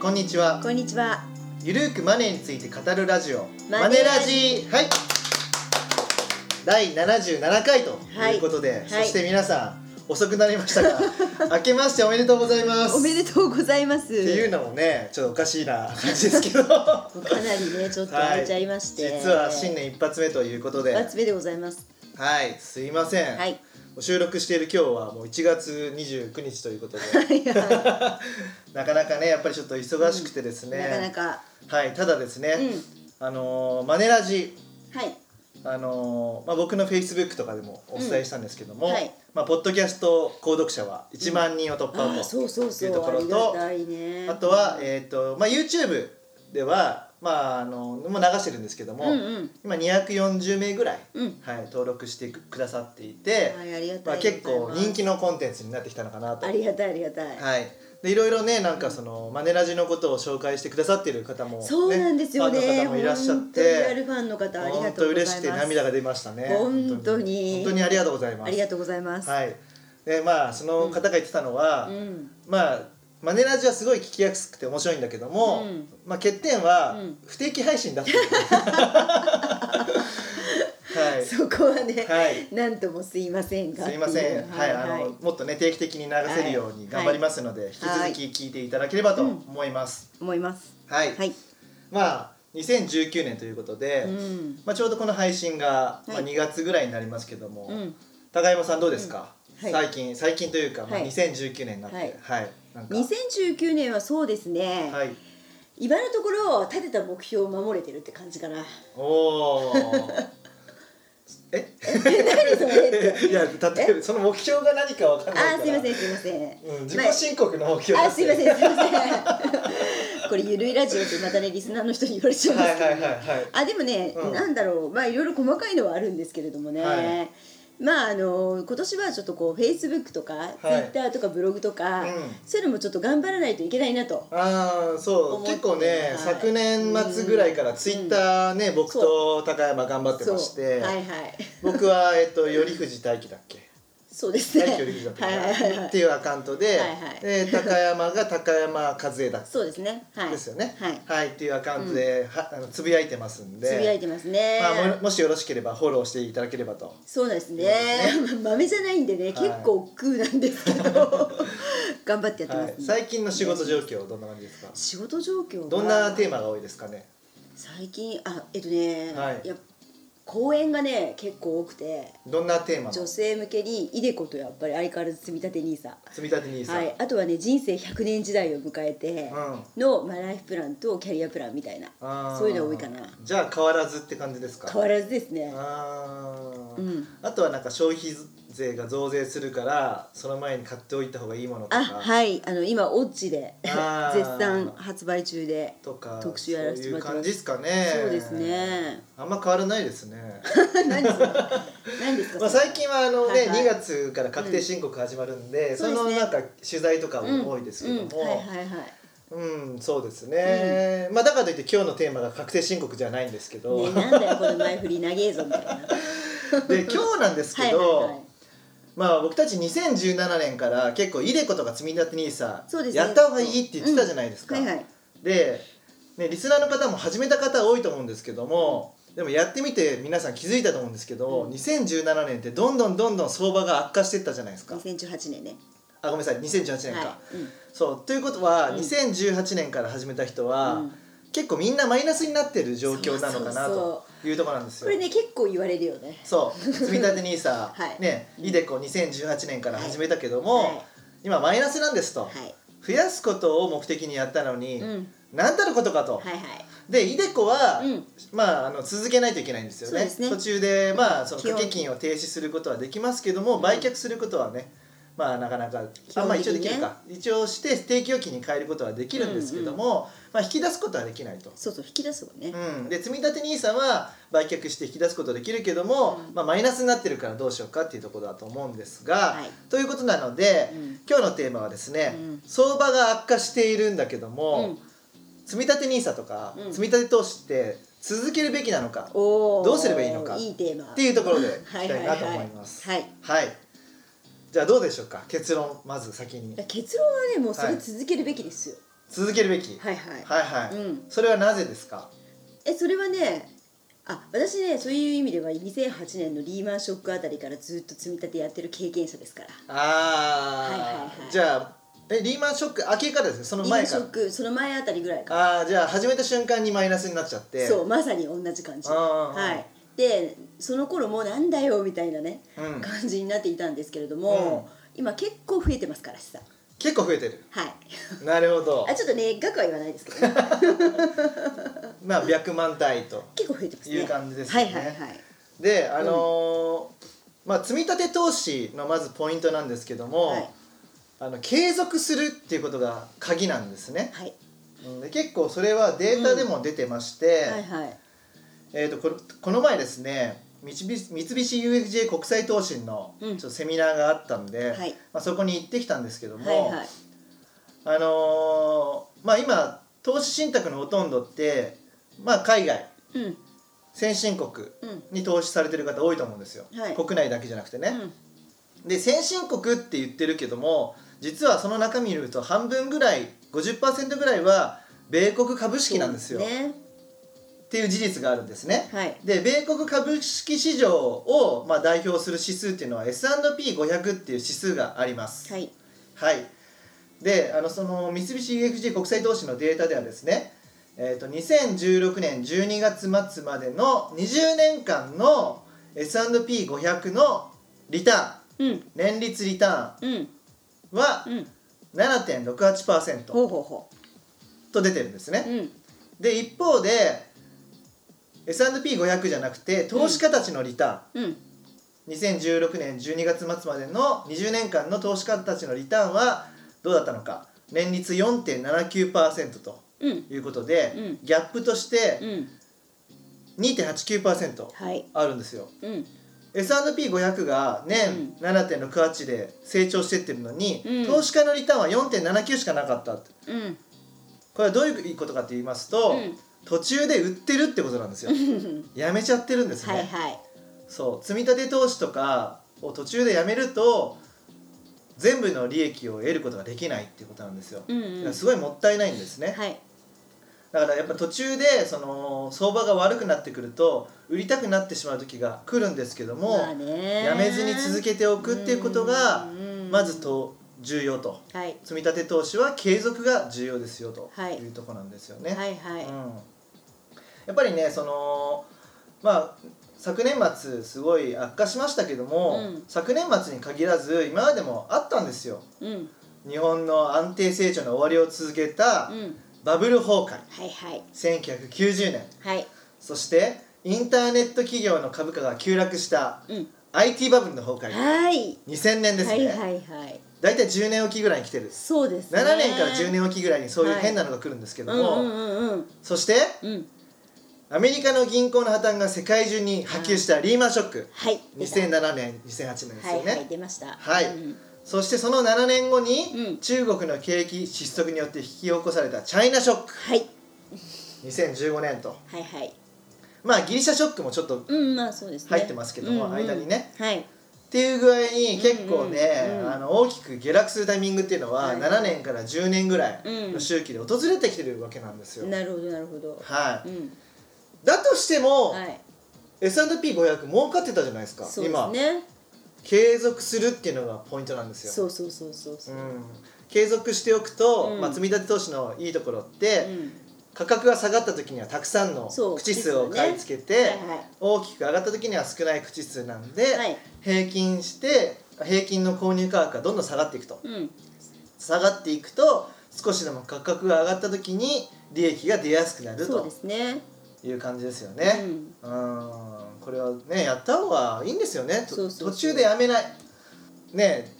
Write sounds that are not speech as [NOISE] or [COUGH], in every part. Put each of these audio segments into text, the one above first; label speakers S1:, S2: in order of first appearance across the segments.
S1: こんにちは
S2: こんにちは。
S1: ゆるーくマネーについて語るラジオマ
S2: マ
S1: ネ
S2: ネ
S1: ラ
S2: ラ
S1: ジはい第77回ということで、
S2: い
S1: そして皆さん遅くなりました
S2: [LAUGHS]
S1: が明けましておめでとうございます
S2: おめでとうございます。
S1: っていうのもねちょっとおかしいな感じですけ
S2: [LAUGHS]
S1: ど
S2: かなりね、ちょっと荒れちゃいまして。
S1: 実は新年一発目ということで
S2: 一発目でございます。
S1: はいすいません、
S2: はい。
S1: 収録している今日はもう1月29日という
S2: [LAUGHS]
S1: ことで
S2: な
S1: なかなかねやっぱりちょっと忙しくて [LAUGHS] ですね、
S2: かなか。
S1: はいただですね、
S2: うん。
S1: あのーマネラジ
S2: はい。
S1: あのーまあ、僕のフェイスブックとかでもお伝えしたんですけども、
S2: うんはい
S1: まあ、ポッドキャスト購読者は1万人を突破と、
S2: あー、そうそうそ
S1: いうと
S2: う。
S1: こ
S2: あ
S1: ろ
S2: り
S1: と
S2: がたいね。
S1: あとは、えーとまあ、YouTube では、まあ、あのもう流してるんですけども、
S2: うんうん。
S1: 今240名ぐらい、
S2: うん。
S1: はい、登録してくくださっていて、
S2: はい、ありが
S1: ま
S2: た
S1: あ、
S2: い。
S1: 結構人
S2: 気。
S1: 気のコンテンツになってきたのかなと。
S2: ありがたい、ありがたい。
S1: はいでいろいろねなんかその、マネラジのことを紹介してくださっている方も、ね、
S2: そうなんですよ
S1: ファンの
S2: ね。
S1: 方もいらっしゃっ
S2: 本当リア
S1: て
S2: ルファンの方、ありが
S1: 本当
S2: とうござい
S1: 嬉
S2: ます。
S1: しくて涙が出ましたね
S2: 本当に
S1: 本当にありがとうございます
S2: ありがとうございます。
S1: はい、でまあその方が言ってたのは、
S2: うん。
S1: まあマネラジはすごい聞きやすくて面白いんだけども、
S2: うん
S1: まあ、欠点は
S2: うん
S1: 不定期配信だった、
S2: [LAUGHS]
S1: はい
S2: そこはね。
S1: はい
S2: なんともすいませんが。
S1: すいません、はいあのもっとね定期的に流せるように頑張りますので、
S2: はい
S1: 引き続き聞いていただければと思います、
S2: 思います。
S1: はい、
S2: はい。
S1: まあ2019年ということで、
S2: うん。
S1: まあ、ちょうどこの配信が、まあ、
S2: はい
S1: 2月ぐらいになりますけども、
S2: うん。
S1: 高山さんどうですか、
S2: うんはい
S1: 最近最近というか、まあ、
S2: はい
S1: 2019年になっては
S2: はいい、
S1: なんか
S2: 2019年はそうですね、
S1: はい
S2: 今のところ立てた目標を守れてるって感じ
S1: [LAUGHS]
S2: かな
S1: おお
S2: [LAUGHS]
S1: え
S2: 何それって
S1: [LAUGHS] いやだってその目標が何かわかんないから
S2: あーすいませんすいません、
S1: うん、自己申告の目標
S2: まあ
S1: だ
S2: あ
S1: っ
S2: すい
S1: て
S2: ませんすいません [LAUGHS] これゆるいラジオってまたねリスナーの人に言われちゃうん
S1: は
S2: で
S1: い
S2: すけ
S1: は
S2: ど、
S1: いはいはい
S2: あでもね、
S1: うん
S2: なんだろうまあいろいろ細かいのはあるんですけれどもね、
S1: は
S2: まああの今年はちょっとこうフェイスブックとか、ツイッターとかブログとか、
S1: うん
S2: そういうのもちょっと頑張らないといけないなと
S1: ああそう
S2: 思って
S1: 結構ね、
S2: はい
S1: 昨年末ぐらいからツイッターね、僕と高山頑張ってまし
S2: そう
S1: て、
S2: はいはい
S1: 僕はえっと頼藤大輝だっ
S2: [LAUGHS]
S1: け
S2: そうですね
S1: 大輝頼藤だっ
S2: はいはい
S1: たか
S2: は
S1: ないっていうアカウントで,、
S2: はいはい
S1: で高山が高山和恵だっけ
S2: そうですね。はい。
S1: ですよね。
S2: はい。
S1: っていうアカウントで、はあのつぶやいてますんで。
S2: つぶやいてますね。
S1: まあももしよろしければフォローしていただければと。
S2: そうなんですね
S1: そう。
S2: [LAUGHS] 豆じゃないんでね、
S1: はい
S2: 結構億劫なんですけ
S1: [LAUGHS]
S2: ど、頑張ってやって
S1: は
S2: ま
S1: い。
S2: す、ね
S1: 最近の仕事状況どんな感じですか。
S2: 仕事状況は
S1: どんなテーマが多いですかね。
S2: 最近あえっとね、
S1: はい
S2: や講演がね結構多くて、
S1: どんなテーマの。
S2: 女
S1: 積
S2: 性向けにイデコとやっぱり相変わらず積み立てニーサ。
S1: み立て兄さん。
S2: はい。あとはね人生100年時代を迎えて
S1: う
S2: の、まあライフプランとキャリアプランみたいな
S1: あー
S2: そういうのが多いかな。
S1: じゃあ変わらずって感じですか。
S2: 変わらずですね。
S1: あー
S2: うん
S1: あとはなんか消費税が増税するからその前に買っておいた方がいいものとか
S2: あはいあの今オッチで [LAUGHS] 絶
S1: あー
S2: 賛発売中で [LAUGHS]
S1: とか
S2: 特集やらせてもらって
S1: そういう感
S2: ます
S1: じですかね
S2: そうですね
S1: あんま変わらないですね
S2: 何ですか何ですか、
S1: まあ、最近はあの、ね
S2: はいは
S1: 2
S2: い
S1: 月から確定申告始まるんで、そ
S2: そう
S1: の
S2: ですね
S1: なんか取材とかも多いですけど
S2: うんうんはい
S1: も
S2: はいはい
S1: うんそうですね、まあ、だからといって今日のテーマが確定申告じゃないんですけど、
S2: ね、なんだよこの前振り長えぞみたい
S1: [LAUGHS]
S2: な
S1: で今日なんですけ
S2: はい
S1: ど
S2: はいはい
S1: まあ、僕たち2017年から結構イデコとか積み立て NISA、
S2: そうですね
S1: やった方がいいって言ってたじゃないですか。
S2: はいはい
S1: で、ね、リスナーの方も始めた方多いと思うんですけどもでもやってみて皆さん気づいたと思うんですけど、
S2: うん
S1: 2017年ってどんどんどんどん相場が悪化していったじゃないですか。
S2: 2018年ね
S1: あごめんなさい2018年か。
S2: はい、うん
S1: そうということは、
S2: うん
S1: 2018年から始めた人は、
S2: うん
S1: 結構みんなマイナスになってる状況なのかな
S2: そうそう
S1: というところなんです
S2: こ
S1: よ。
S2: れね結構言われるよね
S1: そう積み立て NISA、
S2: はい
S1: ね
S2: うん
S1: イデコ2018年から始めたけども、
S2: はい
S1: 今マイナスなんですと、
S2: はい
S1: 増やすことを目的にやったのに、
S2: うん
S1: なんたることかと、
S2: はいはい
S1: でイデコは、
S2: うん
S1: まあ、あの続けないといけないんですよ
S2: そう
S1: ね
S2: ですね
S1: 途中で、まあ、その
S2: 基本
S1: 掛け金を停止することはできますけども売却することはねまあなかなか、あまあ
S2: 基
S1: 一応
S2: 本
S1: で
S2: 的にね
S1: きるか一応して定期預金に変えることはできるんですけども、まあ、引き出すことはできないと。
S2: そうそう引き出すもんね、
S1: うん、で積立 NISA は売却して引き出すことできるけども、
S2: うん
S1: まあ、マイナスになってるからどうしようかっていうところだと思うんですが、
S2: はい
S1: ということなので、
S2: うん
S1: 今日のテーマはですね、
S2: うん
S1: 相場が悪化しているんだけど
S2: う
S1: も、
S2: ん
S1: 積立 NISA とか、
S2: うん
S1: 積立投資って続けるべきなのかっ
S2: おー
S1: どうすればいいのか
S2: いいテーマ
S1: ていうところでい
S2: は
S1: き
S2: い
S1: た
S2: はいい
S1: な
S2: はい
S1: と思います。
S2: はい
S1: はい、じゃあどうでしょうか結論まず先に
S2: いや結論はねもうそれ続けるべきですよ、
S1: 続けるべき、
S2: はいはい、
S1: はいはい、
S2: うん
S1: それはなぜですか
S2: えそれはねあ私ねそういう意味では2008年のリーマンショックあたりからずっと積み立てやってる経験者ですから
S1: あー、
S2: はいはいはい
S1: じゃあえリーマンショック明けからですねその
S2: リーマ
S1: 前
S2: ンシ
S1: か
S2: ョ
S1: ら
S2: ックその前あたりぐらいか
S1: ああじゃあ始めた瞬間にマイナスになっちゃって
S2: そうまさに同じ感じ
S1: ああ
S2: はいでその頃もうなんだよみたいなね、
S1: うん
S2: 感じになっていたんですけれども、今結構増えてますからさ
S1: 結構増えてる
S2: はい
S1: なるほど
S2: あちょっとね額は言わないですけ
S1: [LAUGHS]
S2: ど、ね、
S1: まあ白万体と
S2: 結構増えてますね
S1: いう感じですよね
S2: はいはいはい
S1: であのーまあ積み立て投資のまずポイントなんですけども、
S2: はい
S1: あの継続するっていうことが鍵なんですね、
S2: はい
S1: うんで結構それはデータでも出てまして、
S2: はいはい
S1: えー、とこのこの前ですね三菱三菱 UFJ 国際投信のち
S2: う
S1: ょ
S2: ん
S1: っとセミナーがあったんで、
S2: はい
S1: まあ、そこに行ってきたんですけども、
S2: はいはい
S1: あのーまあ、今投資信託のほとんどって、まあ、海外
S2: うん
S1: 先進国
S2: うん
S1: に投資されてる方多いと思うんですよ、
S2: はい
S1: 国内だけじゃなくて
S2: う
S1: ね。
S2: ん
S1: で先進国って言ってるけども実はその中身見ると半分ぐらい50%ぐらいは米国株式なんですよ
S2: そうね
S1: っていう事実があるんですね。
S2: はい
S1: で米国株式市場を、まあ、代表する指数っていうのは S&P500 っていう指数があります。
S2: はい
S1: はい、であのその三菱 UFJ 国際投資のデータではですね、えー、と2016年12月末までの20年間の S&P500 のリターン
S2: うん
S1: 年率リタ
S2: うん
S1: ーンは
S2: うん
S1: 7.68%
S2: ほうほうほ
S1: と出てるんですね
S2: う。うん
S1: で一方で S&P500 じゃなくて投資家たちのリターン、
S2: うん
S1: 2016年12月末までの20年間の投資家たちのリターンはどうだったのか年率4.79%と
S2: うん
S1: いうことで、
S2: うん
S1: ギャップとして
S2: うん
S1: 2.89%
S2: はい
S1: あるんですよ。
S2: うん
S1: S&P500 が年7.68で成長してってるのに、投資家のリターンは4.79しかなかったって
S2: うん
S1: これはどういうことかと言いますと、
S2: うん
S1: 途中で売ってるってことなんです
S2: [LAUGHS]
S1: よ。やめちゃってるんですね。
S2: はいはい
S1: そう積み立て投資とかを途中でやめると全部の利益を得ることができないっていうことなんですよ、
S2: うん
S1: だ
S2: う
S1: か
S2: ん
S1: らすごいもったいないんですね、
S2: はい
S1: だからやっぱ途中でその相場が悪くなってくると売りたくなってしまう時が来るんですけども、
S2: まあね
S1: やめずに続けておくっていうことが
S2: うん
S1: まずと重要と
S2: はい
S1: 積み立て投資は継続が重要ですよと
S2: はい
S1: いうところなんですよね、
S2: はいはい
S1: うん、やっぱりねそのまあ昨年末すごい悪化しましたけども、
S2: うん
S1: 昨年末に限らず今までもあったんですよ
S2: うん
S1: 日本の安定成長の終わりを続けた
S2: うん
S1: バブル崩壊
S2: はいはい
S1: 1990年
S2: はい
S1: そしてインターネット企業の株価が急落した
S2: うん
S1: IT バブルの崩壊
S2: はい
S1: 2000年です
S2: はい
S1: ね、
S2: はいはい
S1: 大体10年おきぐらいに来てる
S2: そうですね
S1: 7年から10年おきぐらいにそういう変なのが来るんですけ
S2: う
S1: ど
S2: ん
S1: も、
S2: うんうんうん
S1: そして
S2: うん
S1: アメリカの銀行の破綻が世界中に波及したリーマンショック、
S2: はい
S1: 2007年2008年です
S2: は
S1: よ
S2: い
S1: ね、
S2: はい出ました
S1: はい
S2: うん
S1: そしてその7年後に、
S2: うん
S1: 中国の景気失速によって引き起こされたチャイナショック
S2: はい
S1: 2015年と
S2: はいはい
S1: まあギリシャショックもちょっとっ
S2: うんまあそうですね
S1: 入ってますけども
S2: うんうん
S1: 間にね
S2: はい
S1: ていう具合に結構ね、
S2: うんうんうん
S1: あの大きく下落するタイミングっていうのは
S2: はい
S1: 7年から10年ぐらい
S2: うん
S1: の周期で訪れてきてるわけなんですよ、
S2: なるほどなるほど
S1: は
S2: うん
S1: い、だとしても、
S2: はい
S1: S&P500 儲かってたじゃないですか
S2: そうで
S1: 今
S2: すね
S1: 継続するっていうのがポイントなんですよ。
S2: そうそうそうそう
S1: う、
S2: そうん
S1: 継続しておくと、
S2: うん
S1: まあ、積み立て投資のいいところって、
S2: うん
S1: 価格が下がった時にはたくさんの
S2: そう
S1: 口数を
S2: 口数ね
S1: 買い付けて、
S2: はいはい
S1: 大きく上がった時には少ない口数なんで、
S2: はい
S1: 平均して平均の購入価格がどんどん下がっていくと
S2: うん
S1: 下がっていくと少しでも価格が上がった時に利益が出やすくなる
S2: そう
S1: と
S2: ですね
S1: いう感じですよね。
S2: うん
S1: うんこれはねやった方がいいんですよねと
S2: そうそうそう
S1: 途中でやめないね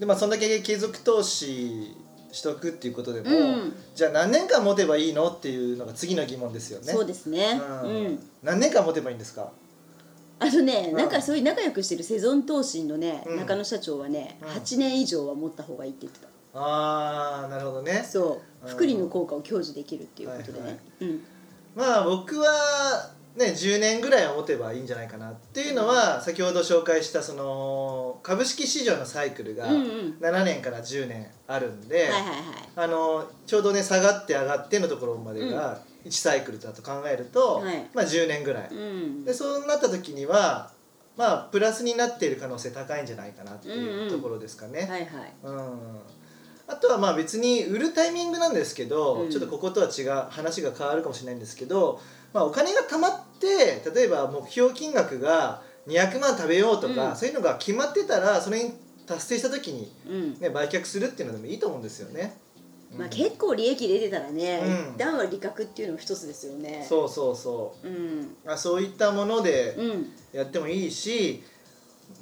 S1: でまあそんだけ継続投資しとくっていうことでも、
S2: うん
S1: じゃあ何年間持てばいいのっていうのが次の疑問ですよね
S2: そうですね
S1: う
S2: うんん
S1: 何年間持てばいいんですか
S2: あのね、
S1: うん
S2: なんかそういう仲良くしてるセゾン投信のね、
S1: うん
S2: 中野社長はね、
S1: うん
S2: 8年以上は持った方がいいって言ってた
S1: ああなるほどね
S2: そう
S1: うん
S2: 福利の効果を享受できるっていうことでね、
S1: はいはい
S2: うん
S1: まあ僕はね、10年ぐらいは持てばいいんじゃないかなっていうのは先ほど紹介したその株式市場のサイクルが
S2: うんうん
S1: 7年から10年あるんで、
S2: はいはいはい
S1: あのちょうどね下がって上がってのところまでが1サイクルだと考えると、
S2: はい
S1: まあ、10年ぐらい、
S2: うん
S1: でそうなった時にはまあプラスになっている可能性高いんじゃないかなっていうところですかね。
S2: はいはい
S1: うんあとはまあ別に売るタイミングなんですけど、
S2: うん
S1: ちょっとこことは違う話が変わるかもしれないんですけど、まあ、お金が貯まって例えば目標金額が200万食べようとか、
S2: うん
S1: そういうのが決まってたらそれに達成した時に、
S2: うん
S1: ね、売却するっていうのでもいいと思うんですよね。うん
S2: まあ結構利益出てたらね、
S1: うん
S2: 一旦は利確っていうのも一つですよね
S1: そうそうそう
S2: うん
S1: うあそういったもので
S2: うん
S1: やってもいいし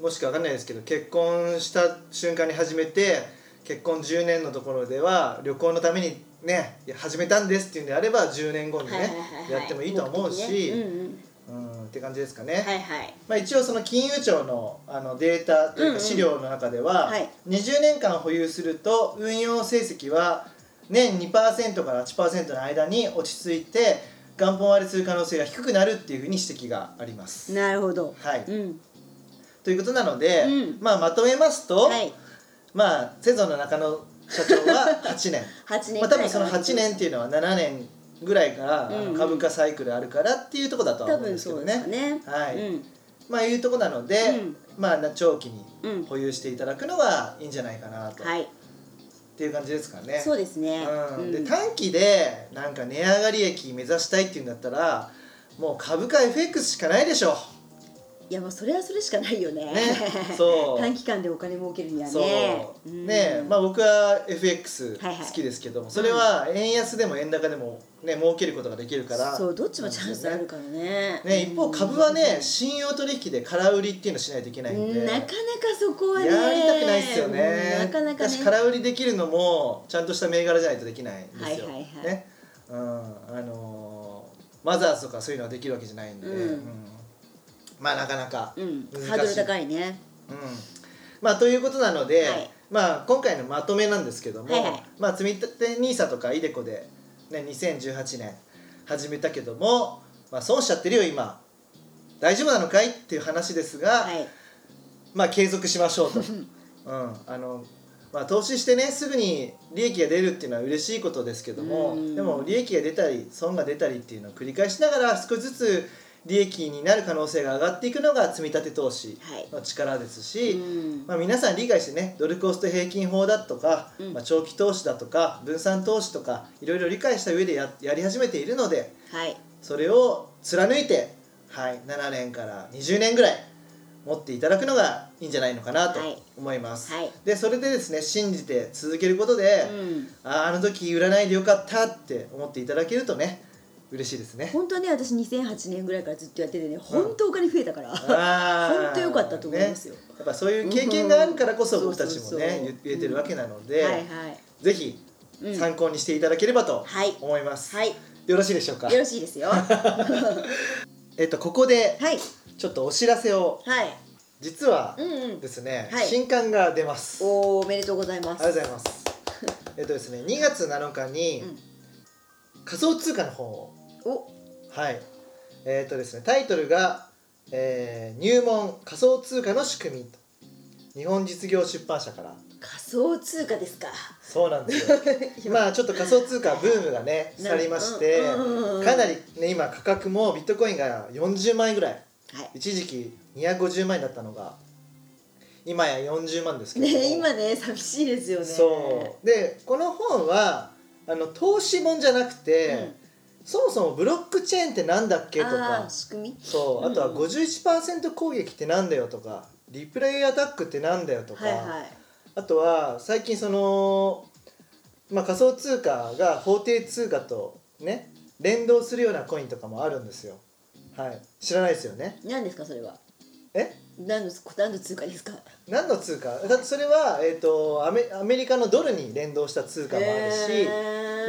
S1: もしくは分かんないですけど結婚した瞬間に始めて結婚10年のところでは旅行のためにねいや始めたんですっていうんであれば10年後にねやってもいいと思う
S2: 目的
S1: し、
S2: ねうんうん
S1: うんって感じですかね。
S2: はいはい
S1: まあ、一応その金融庁のあのデータという
S2: うんう
S1: か
S2: ん
S1: 資料の中では、
S2: はい
S1: 20年間保有すると運用成績は年2%から8%の間に落ち着いて元本割れする可能性が低くなるっていうふうに指摘があります。
S2: なるほど
S1: はい、
S2: うん
S1: ということなので、
S2: うん
S1: まあ、まとめますと、
S2: はい
S1: まあセゾンの中野社長は8年
S2: 八年
S1: まあ、
S2: く
S1: 多
S2: ら
S1: 分
S2: い
S1: そ
S2: かな
S1: の8年っていうのは7年ぐらいから、あの
S2: うんうん
S1: 株価サイクルあるからっていうところだとは
S2: 多
S1: 思うんで
S2: 分
S1: すけ
S2: そ
S1: ど
S2: うですか
S1: ね。
S2: ね
S1: はい
S2: うん
S1: まあいうところなので、
S2: うん
S1: まあ長期に
S2: うん
S1: 保有していただくのはいいんじゃないかなと、
S2: は
S1: っ
S2: い
S1: ていう感じですかね。
S2: そうですね
S1: うん、で
S2: うん
S1: 短期でなんか値上がり益目指したいっていうんだったらもう株価 FX しかないでしょ
S2: いやまあそれはそれしかないよね
S1: う。ねそう
S2: [LAUGHS] 短期間でお金儲けるにはね
S1: そう
S2: うん
S1: ねまあ、僕は FX
S2: はいはい
S1: 好きですけども、それは円安でも円高でも、ね、儲けることができるから
S2: そうどっちもチャンスあるからね
S1: ね、一方株は
S2: う
S1: ね
S2: ん
S1: 信用取引で空売りっていうのをしないといけないんで
S2: なかなかそこはね
S1: やりたくないですよね
S2: うんなかなか
S1: だ
S2: ね
S1: し空売りできるのもちゃんとした銘柄じゃないとできないんですよ、
S2: はいはいはい
S1: ねうんあのーマザーズとかそういうのはできるわけじゃないんで、
S2: うん
S1: まあなかなか、
S2: うん
S1: 難しい
S2: ハードル高いね
S1: うんまあ、ということなので、
S2: はい
S1: まあ、今回のまとめなんですけども、
S2: はいはい
S1: まあ、積み立て NISA とか iDeCo で、ね、2018年始めたけども、まあ、損しちゃってるよ今大丈夫なのかいっていう話ですが、
S2: はい
S1: まあ、継続しましょうと、うんあのまあ、投資してねすぐに利益が出るっていうのは嬉しいことですけども
S2: うん
S1: でも利益が出たり損が出たりっていうのを繰り返しながら少しずつ利益になる可能性が上がっていくのが積み立て投資
S2: はい
S1: の力ですし、
S2: うん
S1: まあ、皆さん理解してねドルコスト平均法だとか、
S2: うん
S1: まあ、長期投資だとか分散投資とかいろいろ理解した上でややり始めているので
S2: はい
S1: それを貫いて、はい、7年から20年ぐらい持っていただくのがいいんじゃないのかなと
S2: はい
S1: 思います、
S2: はい
S1: でそれでですね信じて続けることで、
S2: うん
S1: あーあの時占いでよかったって思っていただけるとね嬉しいですね
S2: 本当はね私2008年ぐらいからずっとやっててね本当お金増えたから
S1: 本
S2: 本当良かったと思いますよ
S1: やっぱそういう経験があるからこそ
S2: うん
S1: 僕たちも
S2: そうそうそう
S1: ね言言えてるわけなの
S2: は
S1: で、
S2: いはい
S1: ぜひ
S2: うん
S1: 参考にしていただければと
S2: はい
S1: 思います、
S2: はい
S1: よろしいでしょうか
S2: よろしい
S1: [LAUGHS]
S2: ですよは
S1: えっとここで
S2: い
S1: ちょっとお知らせを
S2: はい
S1: 実は
S2: うんうん
S1: ですね、
S2: はい
S1: 新刊が出ますあ
S2: おーおめでとうございま
S1: り
S2: す
S1: がとうございます
S2: [LAUGHS]
S1: えっとですね2月7日に
S2: うん
S1: 仮想通貨の本を
S2: お
S1: はいえっとですねタイトルが、えー入門仮想通貨の仕組み」と日本実業出版社から
S2: 仮想通貨ですか
S1: そうなんです
S2: [LAUGHS]
S1: よ今ちょっと仮想通貨ブームがね去りまして
S2: うんうんうんうん
S1: かなりね今価格もビットコインが40万円ぐらい
S2: はい
S1: 一時期250万円だったのが今や40万ですけども
S2: ね今ね寂しいですよね
S1: そうでこの本はあの投資本じゃなくて、そもそもブロックチェーンってなんだっけと
S2: あ
S1: か
S2: ー仕組み
S1: そうあとは51%攻撃ってなんだよとかリプレイアタックってなんだよとか、
S2: はいはい
S1: あとは最近その、まあ、仮想通貨が法定通貨とね連動するようなコインとかもあるんですよはい知らないですよね
S2: 何ですかそれは
S1: え
S2: 何の何の通貨ですか
S1: 何の通貨だってそれは、えー、とアメアメリカのドルに連動した通貨もあるし、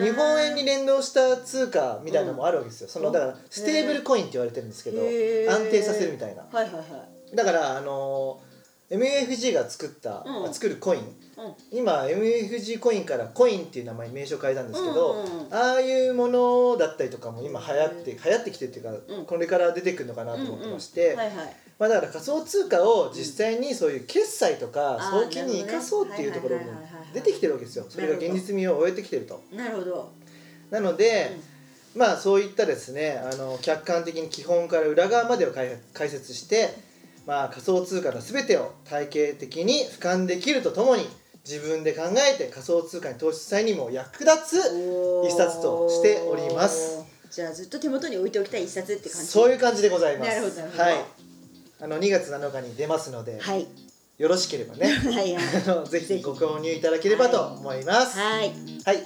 S1: 日本円に連動した通貨みたいなのもあるわけですよ、そのだからステーブルコインって言われてるんですけど、
S2: へー
S1: 安定させるみたいな
S2: はいはいはい
S1: だからあのー MFG が作った、
S2: うん
S1: あ作るコイン
S2: うん
S1: 今 MFG コインからコインっていう名前に名称変えたんですけど、
S2: うんうんうん
S1: ああいうものだったりとかも今流行って、流行ってきてっていうか、
S2: うん
S1: これから出てくるのかなと思ってまして、
S2: うんうんはいはい
S1: まあ、だから仮想通貨を実際にそういう決済とか
S2: あー
S1: 早期に生かそうっていうところも
S2: なるほどねはいはいはいはい
S1: 出てきてるわけですよそれが現実味を終えてきてると。
S2: なるほど、
S1: なので、まあそういったですねあの客観的に基本から裏側までを解解説して、まあ、仮想通貨の全てを体系的に俯瞰できるとともに自分で考えて仮想通貨に投資する際にも役立
S2: おー
S1: 一冊としております
S2: じゃあずっと手元に置いておきたい一冊って
S1: つ
S2: 感じ
S1: そういう感じでございます。
S2: なるほどなるほど
S1: はいあの2月7日に出ますので、
S2: はい
S1: よろしければ
S2: [LAUGHS]
S1: ね
S2: はいはい
S1: あのぜひご購入いただければと思います。
S2: はい
S1: はい、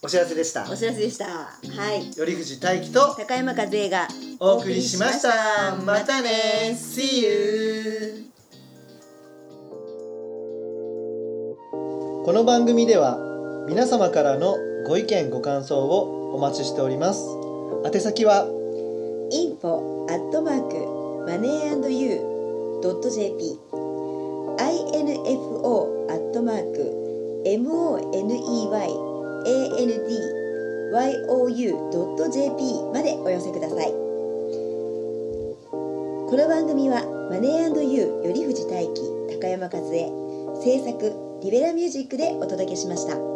S1: お知らせでした。
S2: お知らせでしたはい
S1: 頼藤大樹と
S2: 高山和恵が
S1: お送りしました。またね !See you! この番組では皆様からのご意見ご感想をお待ちしております。宛先は
S2: info アットマークマネー and you ドット jp info アットマーク money and you ドット jp までお寄せくださいこの番組はマネー and you より藤大輝高山和恵制作リベラミュージックでお届けしました。